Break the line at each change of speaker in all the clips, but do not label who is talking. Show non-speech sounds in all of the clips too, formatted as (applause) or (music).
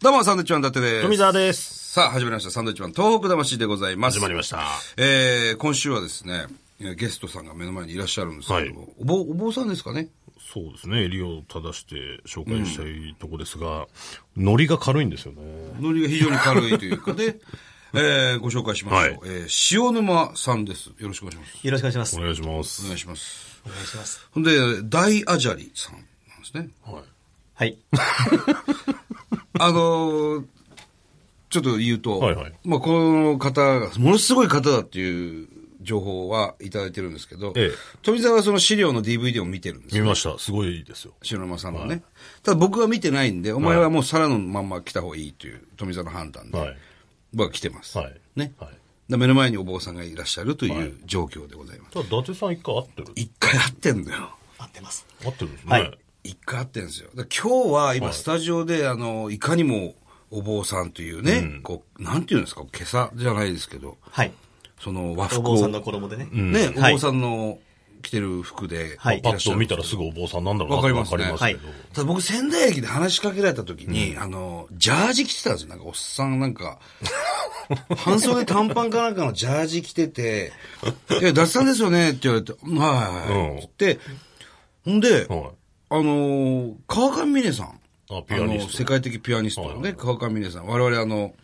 どうも、サンドイッチマン伊達です。
富澤です。
さあ、始まりました。サンドイッチマン東北魂でございます。
始まりました。
えー、今週はですね、えーゲストさんが目の前にいらっしゃるんですけども、お坊、お坊さんですかね
そうですね。襟を正して紹介したいとこですが、ノリが軽いんですよね。
ノリが非常に軽いというか
(laughs)
ね、えー、ご紹介しましょう。
はい
えー塩沼さんです。よろしくお願いします。
よろしくお願いします。
お
お
願いします。
お願いします。
願いします。
ほんで、大アジャリさんなんですね。
は
(laughs)
い。
はい。
あのーちょっと言うと、
はいはい
まあ、この方が、ものすごい方だっていう情報はいただいてるんですけど、
ええ
富澤はその資料の DVD を見てるんです
見
よ。
ました。すごいですよ。
白山さんのね。ただ僕は見てないんで、お前はもう皿のまんま来た方がいいという富澤の判断で、
はい。
僕は来てます。
はい。
ね。
はい。
だ目の前にお坊さんがいらっしゃるという状況でございます。
ただ、伊達さん一回会ってる。
一回会ってんだよ。
合ってます。
会ってるんですね。
はい
一回会ってんですよ。だから今日は今スタジオで、あの、いかにもお坊さんというね、こう、なんていうんですか、今朝じゃないですけど、
はい。
その和服
お
を。
坊さんの衣でね。
ね、お
はい
坊さんの着てる服で、
はい
い
パ
らっ
ッ
しゃ
と
る
見たらすぐお坊さんなんだろうな
わかりますね
わかりますけど。
ただ僕仙台駅で話しかけられた時に、あの、ジャージ着てたんですよ。なんかおっさんなんか、 (laughs) 半袖短パンかなんかのジャージ着てて、いや、脱さんですよねって言われて、うんはいはいはい。
うん
つって、ほんで、
はい
あのー川上峰さん。
あピアニスト
の世界的ピアニストのね、川上峰さん。我々あの、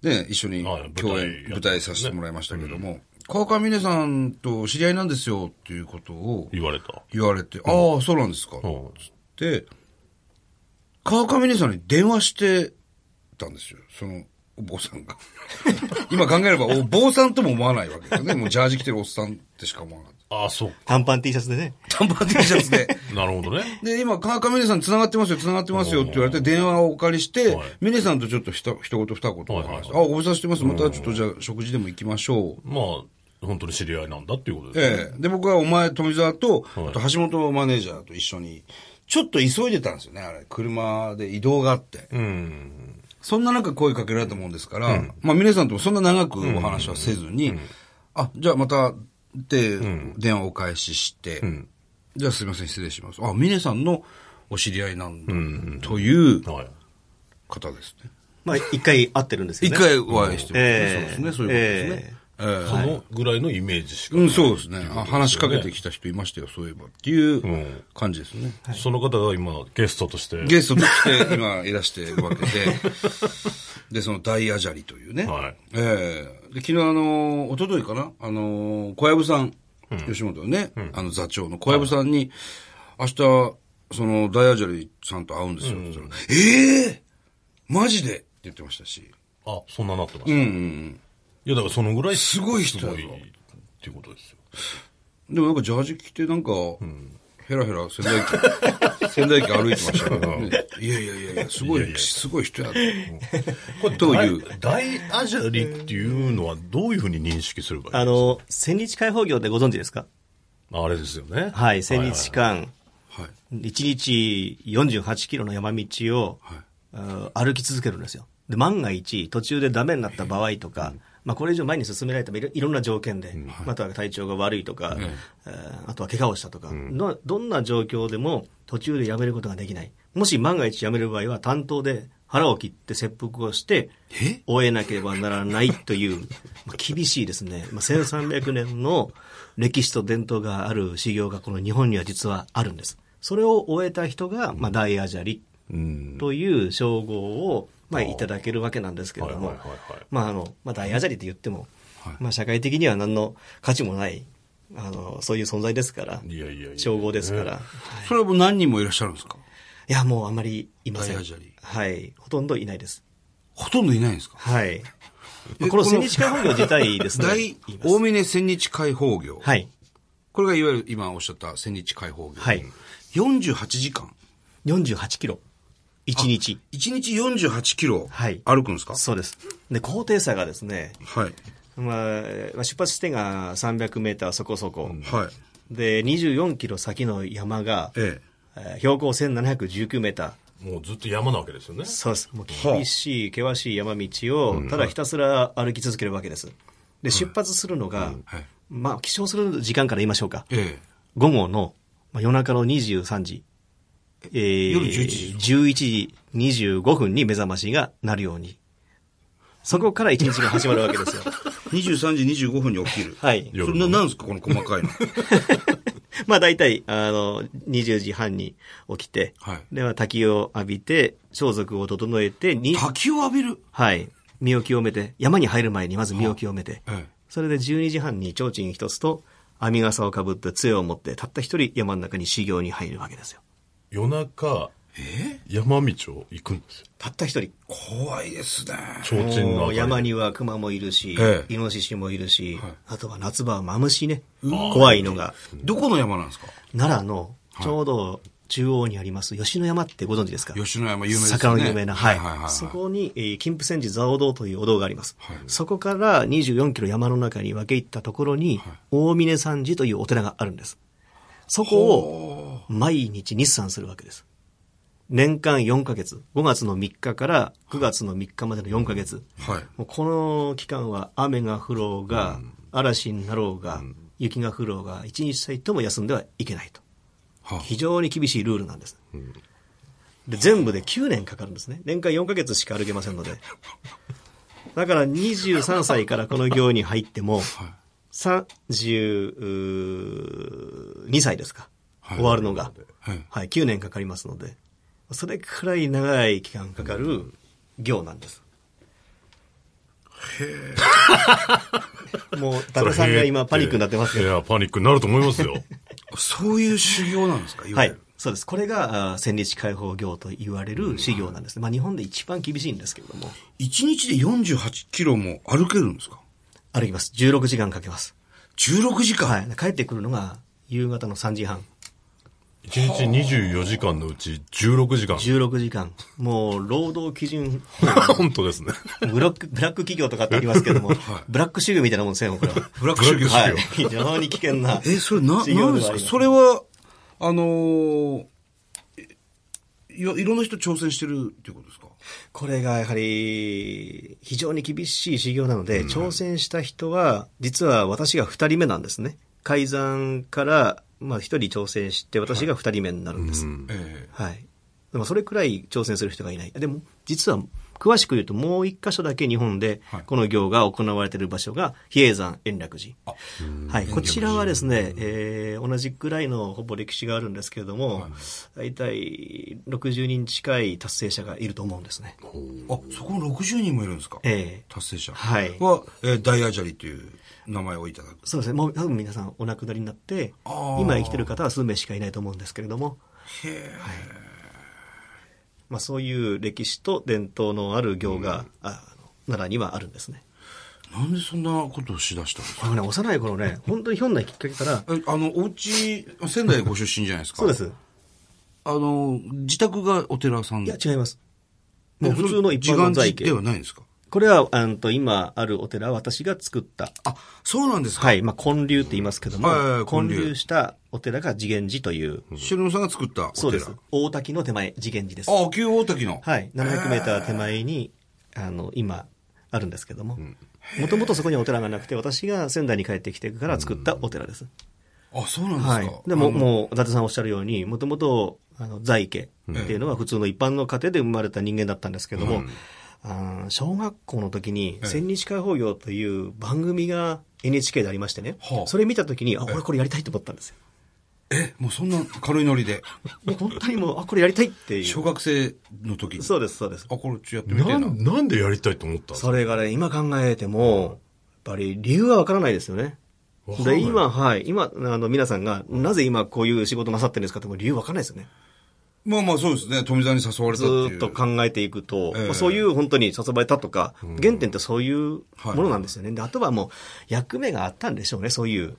ね、一緒に
はい
共演、
舞台やって
舞台させてもらいましたけども、川上峰さんと知り合いなんですよっていうことを
言われた。
言われて、ああ、そうなんですか。
うん。
で、川上姉さんに電話してたんですよ。その、お坊さんが。 (laughs) 今考えれば、お坊さんとも思わないわけですよね。もうジャージ着てるおっさんってしか思わなかっ
ああ、そう。
短パン T シャツでね。
た。短パン T シャツで。
なるほど
(laughs)
ね。
で、今、川上姉さん繋がってますよ、繋がってますよって言われて、電話をお借りして
はい、
峰さんとちょっとひと一言二言お
はいは
話
い
しあ、ご無沙汰してます。またちょっとじゃあ食事でも行きましょう。
まあ、本当に知り合いなんだっていうことですね。
ええ。で、僕はお前、富澤と、
い
あと橋本マネージャーと一緒に、ちょっと急いでたんですよね、あれ。車で移動があって。
うん。
そんな中声かけられたもんですから、まあ皆さんともそんな長くお話はせずに、あ、じゃあまたって電話をお返しして、じゃあすいません失礼します。あ、峰さんのお知り合いなんだ、という
はい。
方ですね。
まあ、一回合ってるんですよ
一
ね。
回お会いしてますね、
ええ
そうですね、そういうことですね。ええ
そのぐらいのイメージしか
う
ない
ん、そうですねあ話しかけてきた人いましたよ、そういえば。っていう
うん
感じですね。
その方が今、ゲストとして。
ゲストとして今いらしてるわけで、で、その大アジャリというね。
はい
ええで昨日あの、一昨日かなあの、小籔さん、吉本のね、あの座長の小籔さんに、明日、その大アジャリさんと会うんですよ。って言ったらええマジでって言ってましたし。
あ、そんななってます。
うん
い
うんうん。
や、だからそのぐらい
すごい人だぞ
すごいっていうことですよ。
でもなんかジャージ着てなんか、ヘラヘラ仙台駅、 (laughs) 仙台駅歩いてましたけどね、いやいやいやいや、すごい、
いやいや
すごい (laughs) 人やと。
これ
と
大
いう
大アジャリっていうのはどういうふうに認識すればいい
あの、千日解放業ってご存知ですか
あれですよね。
はい。千日
はい
間、
はい。
一日48キロの山道を、あー歩き続けるんですよ。で、万が一、途中でダメになった場合とか、まあ、これ以上前に進められたらいろいろんな条件で、または体調が悪いとか、えーあとは怪我をしたとか、のどんな状況でも途中でやめることができない。もし万が一やめる場合は担当で腹を切って切腹をして、終えなければならないと (laughs) いう、まあ厳しいですね。まあ、1300年の歴史と伝統がある修行がこの日本には実はあるんです。それを終えた人が、まあ、大アジャリという称号を、まあ、いただけるわけなんですけれども
はいはいはいはい、
まあ、あの、まあ、大アジャリって言っても、まあ、社会的には何の価値もない、あの、そういう存在ですから、
いやいやいや。
称号ですから、
それはもう何人もいらっしゃるんですか
いや、もうあんまりいません。
大アジャリ
はい。ほとんどいないです。
ほとんどいないんですか
はい。
え
まあこの
この
千日間本業自体です
(laughs)
ね。
大
言い、ます
大峰千日解放業。
はい。
これがいわゆる今おっしゃった千日解放業。
はい。
48時間。
48キロ。1日。
1日48キロ
はい
歩くんですか、
そうです。で、高低差がですね、
はい、
まあ、まあ出発地点が300メーターそこそこ。
はい。
で、24キロ先の山が、
ええ。
えー標高1719メーター。
もうずっと山なわけですよね。
そうです。もう厳しい、険しい山道を、ただひたすら歩き続けるわけです。で、出発するのが、
はい。
まあ、起床する時間から言いましょうか。
え
午後の、まあ、夜中の23時、えー
夜11時
11時25分に目覚ましが鳴るように。そこから一日が始まるわ
(laughs)
けですよ。
23時25分に起きる。
はい
それな、なんですかこの細かいの。
(laughs) まあ大体、あの、20時半に起きて、
はい
で (laughs) は滝を浴びて、装束を整えて、
(laughs)
に、
滝を浴びる。
はい、身を清めて、山に入る前にまず身を清めて、
え
それで12時半に提灯一つと、網笠をかぶって杖を持って、たった一人山の中に修行に入るわけですよ。
夜中、山道を行くんですよ。
たった一人。
怖いですね。
提灯の明
も
か
う
り
山には熊もいるし、
ええ
イノシシもいるし、あとは夏場はマムシね。怖いのが。
どこの山なんですか
奈良のちょうど中央にあります吉野山ってご存知ですか
吉野山有名ですね
坂の有名な。はい。
はいはいはい
そこに、えー金峰山寺蔵王堂というお堂があります。そこから24キロ山の中に分け入ったところに、大峰山寺というお寺があるんです。そこを毎日日産するわけです。年間4ヶ月。5月の3日から9月の3日までの4ヶ月。
はい。
もうこの期間は雨が降ろうが、嵐になろうが、雪が降ろうが、一日たりとも休んではいけないと。
は
非常に厳しいルールなんです。で、全部で9年かかるんですね。年間4ヶ月しか歩けませんので。だから23歳からこの業に入っても、32歳ですか。終わるのが。
はい
はい、9年かかりますので。それくらい長い期間かかる業なんです。 (laughs) もう、伊達さんが今パニックになってますけど
い。や、パニックになると思いますよ。
(laughs)
そういう修行なんですか
は。
わゆ
い
る。
そうです。これが、あー千日解放業と言われる修行なんですね。まあ日本で一番厳しいんですけれども、
一日で48キロも歩けるんですか
歩きます。16時間かけます。
?16 時間。
はい。帰ってくるのが夕方の3時半。
1日24時間のうち16時間。
16時間。もう、労働基準、 (laughs)
(laughs) 本当ですね。
ブロック、ブラック企業とかってありますけれども、ブラック修行みたいなもんですよ、これは。
ブラック修行。
はい。非常に危険な。
え、それな、
修行
なんで
は
す
ありま
かそれは、あのーいいろんな人挑戦してるっていうことですか
これがやはり、非常に厳しい修行なので、挑戦した人は、実は私が二人目なんですね。改ざんから、まあ一人挑戦して、私が二人目になるんです。はい。
え
でもそれくらい挑戦する人がいない。でも、実は、詳しく言うと、もう一箇所だけ日本で、この行が行われている場所が、比叡山延暦寺。はい、こちらはですね、えー同じくらいのほぼ歴史があるんですけれども、大体60人近い達成者がいると思うんですね。
えあ、そこの60人もいるんですか
ええ
達成者。
はい
は、えー大アジャリという名前をいただく。
そうですね、もう多分皆さんお亡くなりになって
あ、ー
今生きてる方は数名しかいないと思うんですけれども、はいまあ、そういう歴史と伝統のある行が、ああの奈良にはあるんですね。
なんでそんなことをしだしたんですか
あのね、幼い頃ね、本当にひょんなきっかけから、
えあの、お家、仙台ご出身じゃないですか
そうです。
あの、自宅がお寺さん
いや、違います。もう普通の一
自
般の財
願寺で
形。
はないんですか
これは、あのと、今あるお寺は私が作った
あ、そうなんですか。
はい。まあ、建立って言いますけども、
はいはいはい建
建
立
立したお寺が次元寺という、
白野さんが作ったお寺。
そうです。大滝の手前、次元寺です。
あ、旧大滝の。
はい。700メーター手前に、あの、今、あるんですけども、もともとそこにはお寺がなくて、私が仙台に帰ってきてから作ったお寺です。
あ、そうなんですか。
はい。でも、もう、伊達さんおっしゃるように、もともと、あの、財家っていうのは普通の一般の家庭で生まれた人間だったんですけども、あー小学校の時に、千日解放業という番組が NHK でありましてね、
はあ
それ見た時に、あ、俺これやりたいと思ったんですよ。
え、もうそんな軽いノリで。
もう本当にもう、あ、これやりたいってい
小
う。
学生の時に。
そうです、そうです。
あ、これちょっとやってみて
な
えな。
んなんでやりたいと思ったんですか
それがね、今考えても、やっぱり理由はわからないですよね。
わからな
で、
い
今、はい、今、あの、皆さんが、なぜ今こういう仕事なさってるんですかって、もう理由わからないですよね。
まあまあそうですね。富澤に誘われた
ず
っていう。
ーっと考えていくと、
ええ
まあそういう本当に誘われたとか、原点ってそういうものなんですよね。で、あとはもう、役目があったんでしょうね、そういう。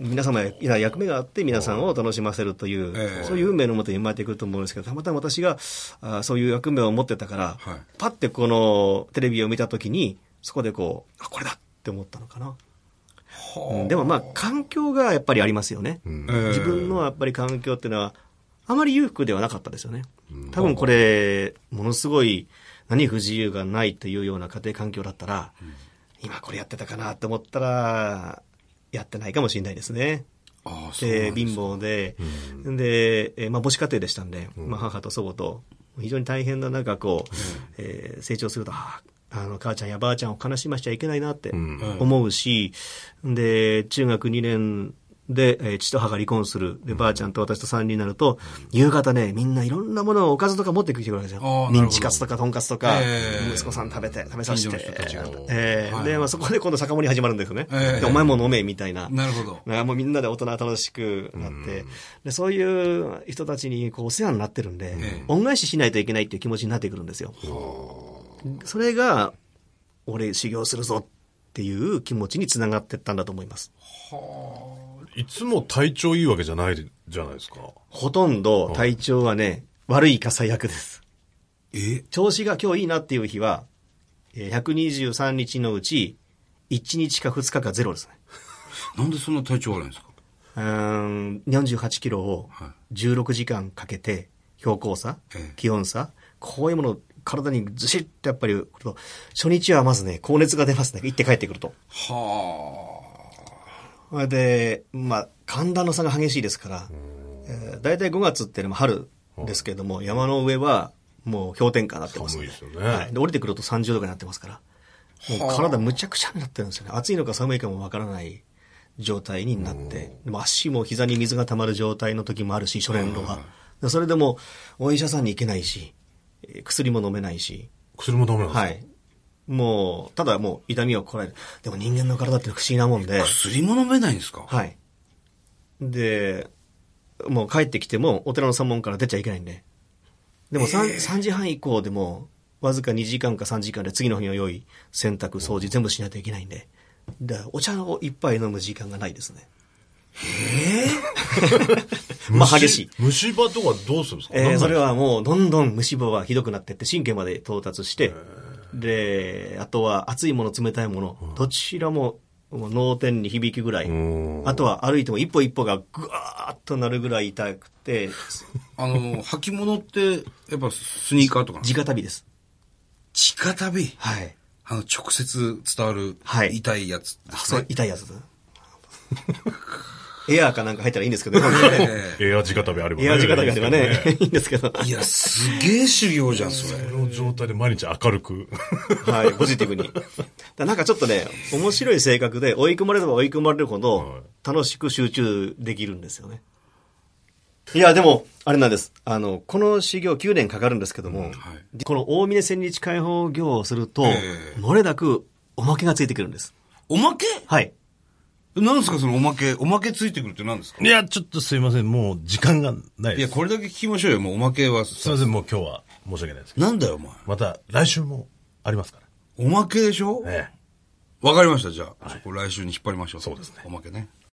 皆様、いや役目があって皆さんを楽しませるという、
ええ
そういう運命のもとに生まれてくると思うんですけど、たまたま私が、あーそういう役目を持ってたから、
はい
パッてこのテレビを見たときに、そこでこう、あ、これだって思ったのかな。うんでもまあ、環境がやっぱりありますよね。自分のやっぱり環境っていうのは、あまり裕福ではなかったですよね。多分これ、ものすごい何不自由がないというような家庭環境だったら、今これやってたかなと思ったら、やってないかもしれないですね。
ああ、そうなんで
で、
す
貧乏で、で、えーまあ母子家庭でしたんで、まあ母と祖母と非常に大変な中こう、えー成長するとあーあの母ちゃんやばあちゃんを悲しましちゃいけないなって思うし、で中学2年で、えー父と母が離婚するでばあちゃんと私と3人になると、夕方ねみんないろんなものをおかずとか持ってきてくれるんです
あーなる
よ
ほど
ミンチカツとかとんかつとか、
えー
息子さん食べて食べさせて
近所の人たちが
えーでまあ、そこで今度酒盛り始まるんですよね、
えー
でお前も飲めみたいな
なるほど。
なんかもうみんなで大人楽しくなって、でそういう人たちにこうお世話になってるんで、
え
恩返ししないといけないっていう気持ちになってくるんですよ。それが、俺修行するぞっていう気持ちにつながってったんだと思います。
いつも体調いいわけじゃないじゃないですか。
ほとんど体調はね、悪いか最悪です。
え
調子が今日いいなっていう日は、えー123日のうち、1日か2日かゼロですね。
なんでそんな体調悪いんですか
うーん48キロを16時間かけて標高差
ええ、
気温差、こういうものを体にずしっとやっぱり、初日はまずね、高熱が出ますね。行って帰ってくると。
は
それで、まあ、寒暖の差が激しいですから、えー大体5月っていうのも春ですけれども、山の上はもう氷点下になってます、
寒いですよね
はい。で、降りてくると30度ぐらいになってますから、もう体むちゃくちゃになってるんですよね。暑いのか寒いかもわからない状態になって、でも足も膝に水が溜まる状態の時もあるし、初年度は。でそれでも、お医者さんに行けないし、えー薬も飲めないし、
薬もダメなんですか、
はい。もう、ただもう痛みをこらえる。でも人間の体って不思議なもんで
あ。。薬も飲めないんですか
はい。で、もう帰ってきても、お寺の山門から出ちゃいけないんで。でも 3,、3時半以降でも、わずか2時間か3時間で次の日の用意、洗濯、掃除全部しないといけないんで。だからお茶を一杯飲む時間がないですね。 (laughs) まあ激しい。
虫歯とかどうするんですか、
えーそれ
は。
はもうどんどん虫歯はひどくなってって神経まで到達して、で、あとは熱いもの冷たいもの、どちらももう脳天に響きぐらい、
ん
あとは歩いても一歩一歩がぐわーっとなるぐらい痛くて、
あの、履物って、やっぱスニーカーとかなんですか
直旅です。
直旅
はい。
あの、直接伝わる、
はい
痛いやつです
そ
ね、
う、痛いやつだ。 (laughs) エアーかなんか入ったらいいんですけど、 (laughs)
え
エア直食べあれば
エアー直旅あれば
いいですけど
ね、 (laughs) いいんですけど、
えいや、すげえ修行じゃん、それ。
その状態で毎日明るく。
(laughs) はい、ポジティブに。だからなんかちょっとね、面白い性格で追い込まれれば追い込まれるほ
はい
ど、楽しく集中できるんですよね。いや、でも、あれなんです。あの、この修行9年かかるんですけども、この大峰千日開放業をすると、
え
漏れなくおまけがついてくるんです。
おまけ
はい。
何ですか、そのおまけ。おまけついてくるって何ですか
(laughs) いや、ちょっとすいません。もう時間がない
い
で
や、
す。
これだけ聞きましょうよ、もうおまけは。
すいません。もう今日は申し訳ないですけど。
なんだよ、お前。
また来週もありますから。
おまけでしょ
ええ
わかりました、じゃあ。これ来週に引っ張りましょう。
そうですね
おまけね。